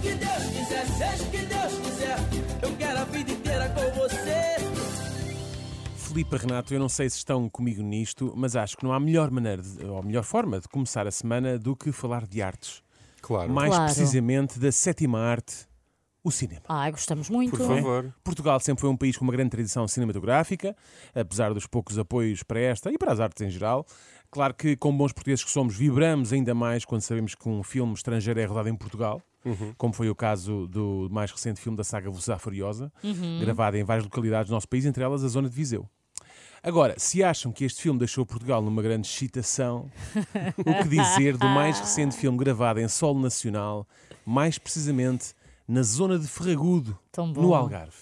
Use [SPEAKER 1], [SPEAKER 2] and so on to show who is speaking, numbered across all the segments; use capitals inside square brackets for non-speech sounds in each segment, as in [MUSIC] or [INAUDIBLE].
[SPEAKER 1] que Deus quiser, seja o que Deus quiser, eu quero a vida inteira com você.
[SPEAKER 2] Filipe Renato, eu não sei se estão comigo nisto, mas acho que não há melhor maneira de- ou melhor forma de começar a semana do que falar de artes.
[SPEAKER 3] Claro.
[SPEAKER 2] Mais
[SPEAKER 4] Claro.
[SPEAKER 2] precisamente da sétima arte, o cinema.
[SPEAKER 4] Ai, gostamos muito.
[SPEAKER 2] então,
[SPEAKER 3] Por favor.
[SPEAKER 2] Portugal sempre foi um país com uma grande tradição cinematográfica, apesar dos poucos apoios para esta e para as artes em geral. Claro que, como bons portugueses que somos, vibramos ainda mais quando sabemos que um filme estrangeiro é rodado em Portugal, como foi o caso do mais recente filme da saga Velocidade Furiosa, gravado em várias localidades do nosso país, entre elas a zona de Viseu. Agora, se acham que este filme deixou Portugal numa grande excitação, o que dizer do mais recente filme gravado em solo nacional, mais precisamente na zona de Ferragudo,
[SPEAKER 4] Tão bom.
[SPEAKER 2] no Algarve?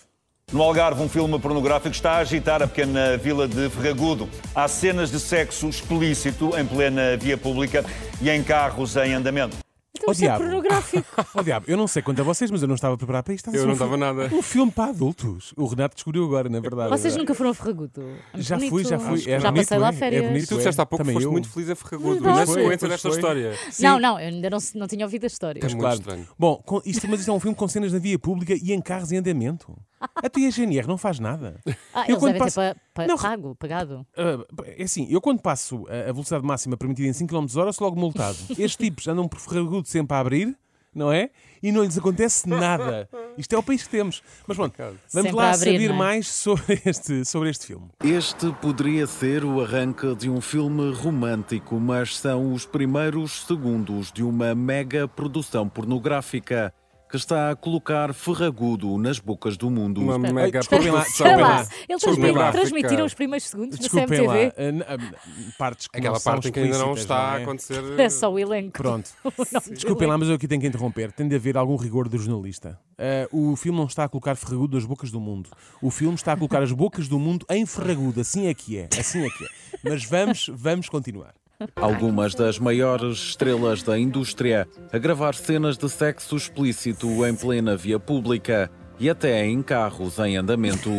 [SPEAKER 5] No Algarve, um filme pornográfico está a agitar a pequena vila de Ferragudo. Há cenas de sexo explícito em plena via pública e em carros em andamento.
[SPEAKER 4] Então, isto é
[SPEAKER 2] diabo.
[SPEAKER 4] pornográfico.
[SPEAKER 2] [LAUGHS] Oh, diabo, eu não sei quanto a vocês, mas eu não estava preparado para isto.
[SPEAKER 3] Eu
[SPEAKER 2] Um
[SPEAKER 3] não
[SPEAKER 2] filme-
[SPEAKER 3] estava nada.
[SPEAKER 2] Um filme para adultos. O Renato descobriu agora, na verdade.
[SPEAKER 4] Vocês nunca foram a Ferragudo? É
[SPEAKER 2] Já
[SPEAKER 4] bonito.
[SPEAKER 2] fui, já fui. É
[SPEAKER 4] já
[SPEAKER 2] bonito,
[SPEAKER 4] passei lá
[SPEAKER 2] é? É
[SPEAKER 4] férias.
[SPEAKER 2] bonito.
[SPEAKER 3] Tu disseste há pouco que
[SPEAKER 2] Também
[SPEAKER 3] foste
[SPEAKER 2] eu.
[SPEAKER 3] muito feliz a Ferragudo.
[SPEAKER 4] Pois
[SPEAKER 3] Na
[SPEAKER 4] foi,
[SPEAKER 3] sequência
[SPEAKER 2] pois
[SPEAKER 3] desta
[SPEAKER 2] foi.
[SPEAKER 3] história.
[SPEAKER 4] Não, não, eu ainda não, se- não tinha ouvido a história.
[SPEAKER 3] Mas- muito
[SPEAKER 2] Claro.
[SPEAKER 3] estranho.
[SPEAKER 2] Bom, com isto, mas isto é um filme com cenas na via pública e em carros em andamento. A tua GNR não faz nada.
[SPEAKER 4] Ah,
[SPEAKER 2] Eu
[SPEAKER 4] eles
[SPEAKER 2] quando
[SPEAKER 4] devem
[SPEAKER 2] passo-
[SPEAKER 4] ter pa- pa-
[SPEAKER 2] Não,
[SPEAKER 4] pago, pagado.
[SPEAKER 2] Ah, é assim, eu quando passo a a velocidade máxima permitida em 5 km hora, sou logo
[SPEAKER 3] [LAUGHS]
[SPEAKER 2] multado. Estes tipos andam por ferragudo sempre a abrir, não é? E não lhes acontece nada. Isto é o país que temos. Mas pronto, vamos
[SPEAKER 4] Sempre
[SPEAKER 2] lá
[SPEAKER 4] a abrir,
[SPEAKER 2] saber
[SPEAKER 4] não é?
[SPEAKER 2] mais sobre este, sobre este filme.
[SPEAKER 6] Este poderia ser o arranque de um filme romântico, mas são os primeiros segundos de uma mega produção pornográfica que está a colocar ferragudo nas bocas do mundo.
[SPEAKER 3] Uma mega
[SPEAKER 2] desculpem lá,
[SPEAKER 3] produção.
[SPEAKER 4] Sei
[SPEAKER 2] Desculpem
[SPEAKER 4] lá,
[SPEAKER 2] lá.
[SPEAKER 4] eles
[SPEAKER 3] Desculpem
[SPEAKER 4] transmi-
[SPEAKER 3] lá.
[SPEAKER 4] transmitiram os primeiros segundos da
[SPEAKER 2] Desculpem lá,
[SPEAKER 4] CMTV.
[SPEAKER 2] ah, n- ah, partes que
[SPEAKER 3] Aquela
[SPEAKER 2] não são
[SPEAKER 3] parte em que ainda não
[SPEAKER 2] explícitas,
[SPEAKER 3] está a
[SPEAKER 2] é?
[SPEAKER 3] acontecer.
[SPEAKER 4] É só o elenco.
[SPEAKER 2] Pronto.
[SPEAKER 4] [LAUGHS] O nome do
[SPEAKER 2] Desculpem lá, mas eu aqui tenho que interromper. Tem de haver algum rigor do jornalista. Ah, o filme não está a colocar Ferragudo nas bocas do mundo. O filme está a colocar as bocas do mundo em Ferragudo. Assim é que é. Assim é que é. Mas vamos, vamos continuar.
[SPEAKER 6] Algumas das maiores estrelas da indústria a gravar cenas de sexo explícito em plena via pública e até em carros em andamento.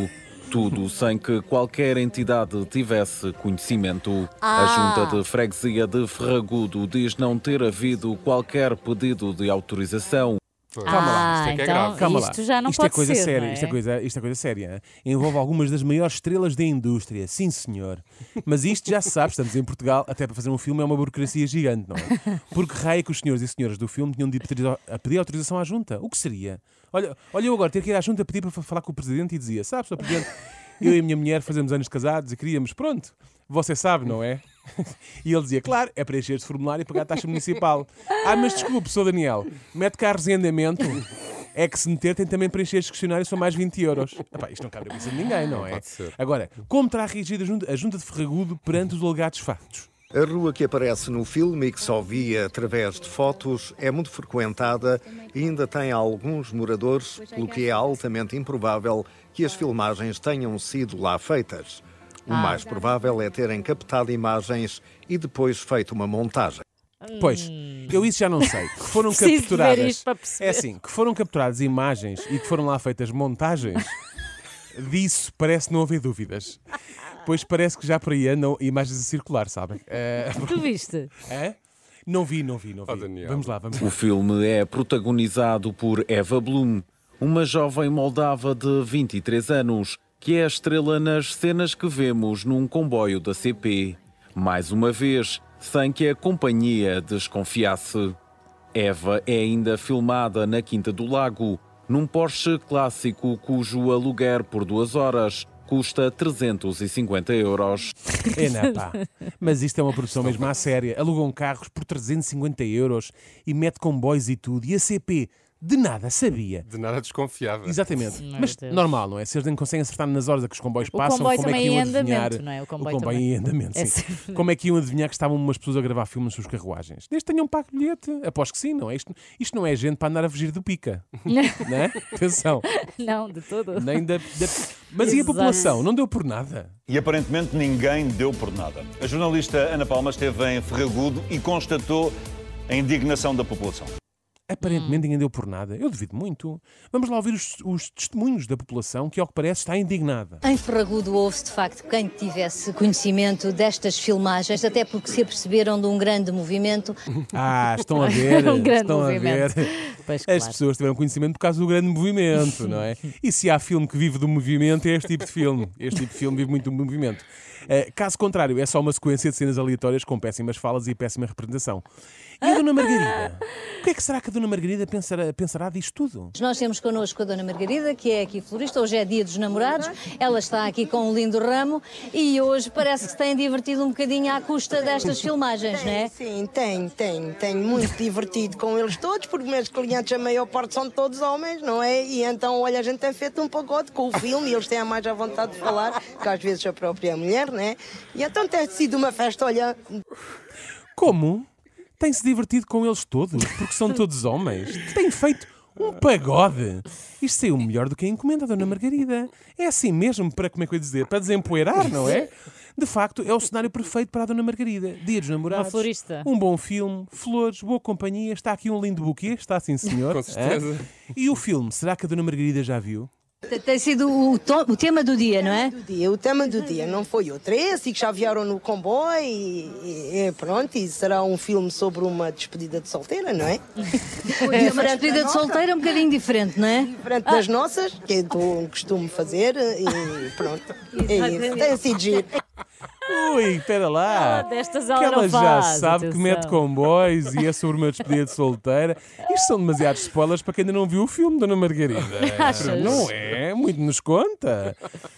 [SPEAKER 6] Tudo sem que qualquer entidade tivesse conhecimento.
[SPEAKER 4] Ah.
[SPEAKER 6] A Junta de Freguesia de Ferragudo diz não ter havido qualquer pedido de autorização.
[SPEAKER 3] Calma lá, isto
[SPEAKER 4] Ah,
[SPEAKER 3] é que é
[SPEAKER 4] então-
[SPEAKER 3] grave.
[SPEAKER 2] Calma
[SPEAKER 4] Isto
[SPEAKER 2] lá.
[SPEAKER 4] já não
[SPEAKER 2] isto é
[SPEAKER 4] pode
[SPEAKER 2] coisa
[SPEAKER 4] ser,
[SPEAKER 2] séria.
[SPEAKER 4] não é?
[SPEAKER 2] Isto, é coisa, isto é coisa séria. Envolve algumas das maiores estrelas da indústria. Sim, senhor. Mas isto já se sabe, estamos em Portugal, até para fazer um filme é uma burocracia gigante, não é? Porque raio que os senhores e senhoras do filme tinham de ir pedir, a pedir autorização à junta. O que seria? Olha, olha eu agora ter que ir à junta pedir para fa- falar com o presidente e dizia: Sabe, Sr. Presidente, eu e a minha mulher fazemos anos de casados e queríamos, pronto, você sabe, não é? E ele dizia, claro, é preencher este formulário e pagar a taxa municipal. Ah, mas desculpe, sou Daniel, mete carros em andamento é que se meter tem também preencher este questionário são mais 20 euros. Epá, isto não cabe na cabeça de ninguém, não é?
[SPEAKER 3] pode ser.
[SPEAKER 2] Agora, como terá reagido a junta, a junta de Ferragudo perante os alegados factos?
[SPEAKER 7] A rua que aparece no filme e que só via através de fotos é muito frequentada e ainda tem alguns moradores, pelo que é altamente improvável que as filmagens tenham sido lá feitas. O mais provável é terem captado imagens e depois feito uma montagem.
[SPEAKER 2] Pois, eu isso já não sei. Que foram
[SPEAKER 4] Hum. Preciso de ver
[SPEAKER 2] capturadas.
[SPEAKER 4] isto para perceber.
[SPEAKER 2] é assim, que foram capturadas imagens e que foram lá feitas montagens, disso parece não haver dúvidas. Pois parece que já por aí andam imagens a circular, sabem? Eh, [LAUGHS]
[SPEAKER 4] Tu viste? [LAUGHS]
[SPEAKER 2] hã? Não vi, não vi, não vi.
[SPEAKER 3] Oh, Daniel.
[SPEAKER 2] vamos lá, vamos lá.
[SPEAKER 6] O filme é protagonizado por Eva Bloom, uma jovem moldava de 23 anos, que é a estrela nas cenas que vemos num comboio da CP. Mais uma vez, sem que a companhia desconfiasse. Eva é ainda filmada na Quinta do Lago, num Porsche clássico cujo aluguer por duas horas custa 350 euros.
[SPEAKER 2] É na
[SPEAKER 4] [LAUGHS]
[SPEAKER 2] pá. Mas isto é uma produção mesmo à séria. Alugam carros por 350 euros e mete comboios e tudo. E a CP de nada sabia.
[SPEAKER 3] De nada desconfiava.
[SPEAKER 2] Exatamente.
[SPEAKER 4] Meu
[SPEAKER 2] Mas
[SPEAKER 4] Deus.
[SPEAKER 2] normal, não é? Se eles não conseguem acertar nas horas a que os comboios
[SPEAKER 4] O
[SPEAKER 2] passam,
[SPEAKER 4] comboio
[SPEAKER 2] como é que
[SPEAKER 4] também
[SPEAKER 2] iam
[SPEAKER 4] é em
[SPEAKER 2] adivinhar?
[SPEAKER 4] andamento, não é? O comboio
[SPEAKER 2] é
[SPEAKER 4] também.
[SPEAKER 2] em andamento,
[SPEAKER 4] É
[SPEAKER 2] sim.
[SPEAKER 4] sempre-
[SPEAKER 2] Como é que iam adivinhar que estavam umas pessoas a gravar filmes nas suas carruagens? Desde que tenham pago bilhete. Aposto que sim, não é? Isto, isto não é gente para andar a fugir do pica. não é? [LAUGHS] Atenção.
[SPEAKER 4] Não, de todo.
[SPEAKER 2] Nem da, da- Mas e a
[SPEAKER 4] Exato.
[SPEAKER 2] população? Não deu por nada.
[SPEAKER 5] E aparentemente ninguém deu por nada. A jornalista Ana Palma esteve em Ferragudo e constatou a indignação da população.
[SPEAKER 2] Aparentemente ninguém deu por nada. Eu duvido muito. Vamos lá ouvir os, os testemunhos da população que, ao que parece, está indignada.
[SPEAKER 8] Em Ferragudo houve-se, de facto, quem tivesse conhecimento destas filmagens, até porque se aperceberam de um grande movimento.
[SPEAKER 2] [LAUGHS] Ah, estão a ver. [LAUGHS]
[SPEAKER 4] Era um grande
[SPEAKER 2] estão
[SPEAKER 4] movimento.
[SPEAKER 2] a ver.
[SPEAKER 4] Pois,
[SPEAKER 2] As
[SPEAKER 4] claro.
[SPEAKER 2] pessoas tiveram conhecimento por causa do grande movimento, não é? E se há filme que vive do movimento, é este tipo de filme. Este tipo de filme vive muito do movimento. Eh, caso contrário, é só uma sequência de cenas aleatórias com péssimas falas e péssima representação. E a Dona [LAUGHS] Margarida? O que é que será que a Dona Margarida pensará, pensará disto tudo?
[SPEAKER 8] Nós temos connosco a Dona Margarida, que é aqui florista. Hoje é dia dos namorados. Ela está aqui com um lindo ramo e hoje parece que se tem divertido um bocadinho à custa destas filmagens, não é?
[SPEAKER 9] Sim, tem, tem, tem muito divertido com eles todos, porque meus clientes, a maior parte são todos homens, não é? E então, olha, a gente tem feito um pacote com o filme e eles têm a mais à vontade de falar, que às vezes a própria mulher, né? E então tem sido uma festa, olha,
[SPEAKER 2] Como? Tem-se divertido com eles todos, porque são todos homens. Tem feito um pagode. Isto saiu melhor do que a encomenda, Dona Margarida. É assim mesmo, para como é que eu ia dizer? Para desempoeirar, não é? De facto, é o cenário perfeito para a Dona Margarida. Dia dos namorados.
[SPEAKER 4] Uma florista.
[SPEAKER 2] Um bom filme, flores, boa companhia. Está aqui um lindo buquê, está sim, senhor.
[SPEAKER 3] Com certeza.
[SPEAKER 2] Hã? E o filme, será que a Dona Margarida já viu?
[SPEAKER 8] Tem sido o, to- o tema do dia, não é?
[SPEAKER 9] do dia, o tema do dia, não foi outro. É esse que já vieram no comboio e, e- e pronto, e será um filme sobre uma despedida de solteira, não
[SPEAKER 8] [LAUGHS]
[SPEAKER 9] é?
[SPEAKER 8] É uma despedida de solteiro é um bocadinho diferente, não é?
[SPEAKER 9] Diferente das nossas, que eu tô- costumo fazer, e pronto. É isso, tem sido giro.
[SPEAKER 2] Ui, espera lá.
[SPEAKER 4] Ah, destas
[SPEAKER 2] que
[SPEAKER 4] ela
[SPEAKER 2] ela
[SPEAKER 4] não
[SPEAKER 2] já
[SPEAKER 4] faz,
[SPEAKER 2] sabe que
[SPEAKER 4] atenção.
[SPEAKER 2] mete comboios e é sobre uma despedida de solteira. Isto são demasiados spoilers para quem ainda não viu o filme, Dona Margarida.
[SPEAKER 4] [LAUGHS] Achas?
[SPEAKER 2] Não é? Muito nos conta.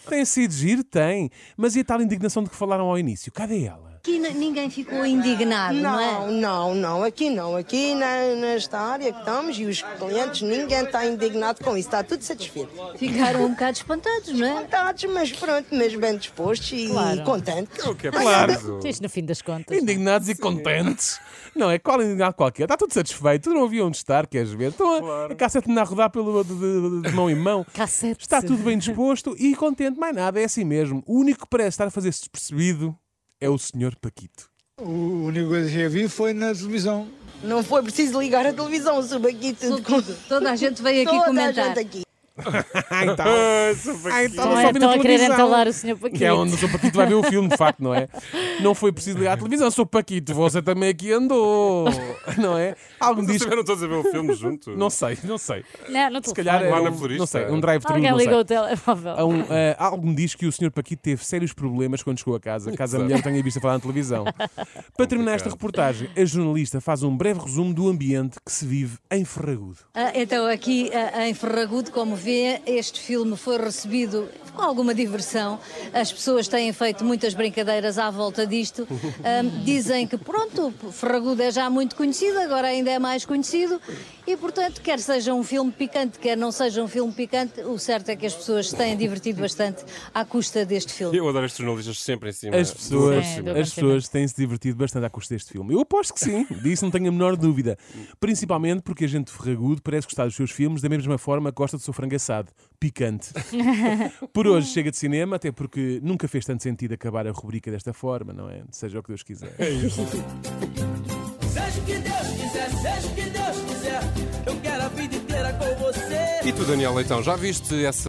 [SPEAKER 2] Tem sido giro? Tem. Mas e a tal indignação de que falaram ao início? Cadê ela?
[SPEAKER 8] Aqui n- ninguém ficou indignado, não, é?
[SPEAKER 9] Não, não, não, aqui não. Aqui na, nesta área que estamos e os clientes, ninguém está indignado com isso, está tudo satisfeito.
[SPEAKER 8] Ficaram um bocado espantados, não é?
[SPEAKER 9] Contados, mas pronto, mas bem dispostos e,
[SPEAKER 4] Claro.
[SPEAKER 9] contentes.
[SPEAKER 3] O que é claro.
[SPEAKER 4] Isto no fim das contas.
[SPEAKER 2] Indignados e contentes. Não, é qual indignado qualquer. Está tudo satisfeito. Tu não havia onde estar, queres ver? Estão a, a cassete anda a rodar pelo, de, de- de mão em mão.
[SPEAKER 4] Cassete.
[SPEAKER 2] Está tudo bem disposto e contente, mais nada, é assim mesmo. O único que parece estar a fazer-se despercebido é o Sr. Paquito.
[SPEAKER 10] O único coisa que eu vi foi na televisão.
[SPEAKER 9] Não foi preciso ligar a televisão, um subo aqui tudo com
[SPEAKER 8] Toda a gente veio aqui
[SPEAKER 9] toda a
[SPEAKER 8] comentar.
[SPEAKER 9] gente aqui.
[SPEAKER 2] Ah,
[SPEAKER 3] Tá.
[SPEAKER 2] então. Ah, então
[SPEAKER 4] Não
[SPEAKER 2] só
[SPEAKER 4] é?
[SPEAKER 2] vi na
[SPEAKER 4] Estão a querer
[SPEAKER 2] televisão.
[SPEAKER 4] entalar o senhor
[SPEAKER 2] Que é onde o
[SPEAKER 4] Paquito.
[SPEAKER 2] Sr. Paquito vai
[SPEAKER 4] [LAUGHS]
[SPEAKER 2] ver o filme, de facto, não é? Não foi preciso ligar à televisão, Sr. Paquito, você também aqui andou, [LAUGHS] não é? Algum
[SPEAKER 3] Vocês
[SPEAKER 2] diz que...
[SPEAKER 3] estiveram todos a ver o filme juntos?
[SPEAKER 2] Não sei, não sei.
[SPEAKER 4] Não, não
[SPEAKER 2] Se calhar é
[SPEAKER 3] Lá na
[SPEAKER 2] um,
[SPEAKER 3] Florista.
[SPEAKER 2] não sei, um drive-thru,
[SPEAKER 4] Alguém
[SPEAKER 2] não sei.
[SPEAKER 4] ligou o telemóvel.
[SPEAKER 2] Há um, eh, algo me diz que o Sr. Paquito teve sérios problemas quando chegou a casa, caso a mulher o tenha visto a falar na televisão. Para terminar esta reportagem, a jornalista faz um breve resumo do ambiente que se vive em Ferragudo.
[SPEAKER 8] Ah, então, aqui ah, em Ferragudo, como vê, este filme foi recebido com alguma diversão. As pessoas têm feito muitas brincadeiras à volta disto. Ahm, dizem que, pronto, Ferragudo é já muito conhecido, agora ainda é mais conhecido. E, portanto, quer seja um filme picante, quer não seja um filme picante, o certo é que as pessoas se têm divertido bastante à custa deste filme.
[SPEAKER 3] Eu adoro estes jornalistas sempre em cima.
[SPEAKER 2] As pessoas,
[SPEAKER 4] Sim, do
[SPEAKER 2] as pessoas têm-se divertido bastante à custa deste filme. Eu aposto que sim, disso não tenho a menor dúvida. Principalmente porque a gente de Ferragudo parece gostar dos seus filmes da mesma forma que gosta do seu frango assado. Picante. Por hoje chega de cinema, até porque nunca fez tanto sentido acabar a rubrica desta forma, não é? Seja o que Deus quiser.
[SPEAKER 1] Seja o que Deus quiser, seja o que Deus quiser, eu quero a vida inteira com você.
[SPEAKER 3] E tu, Daniel Leitão, já viste essa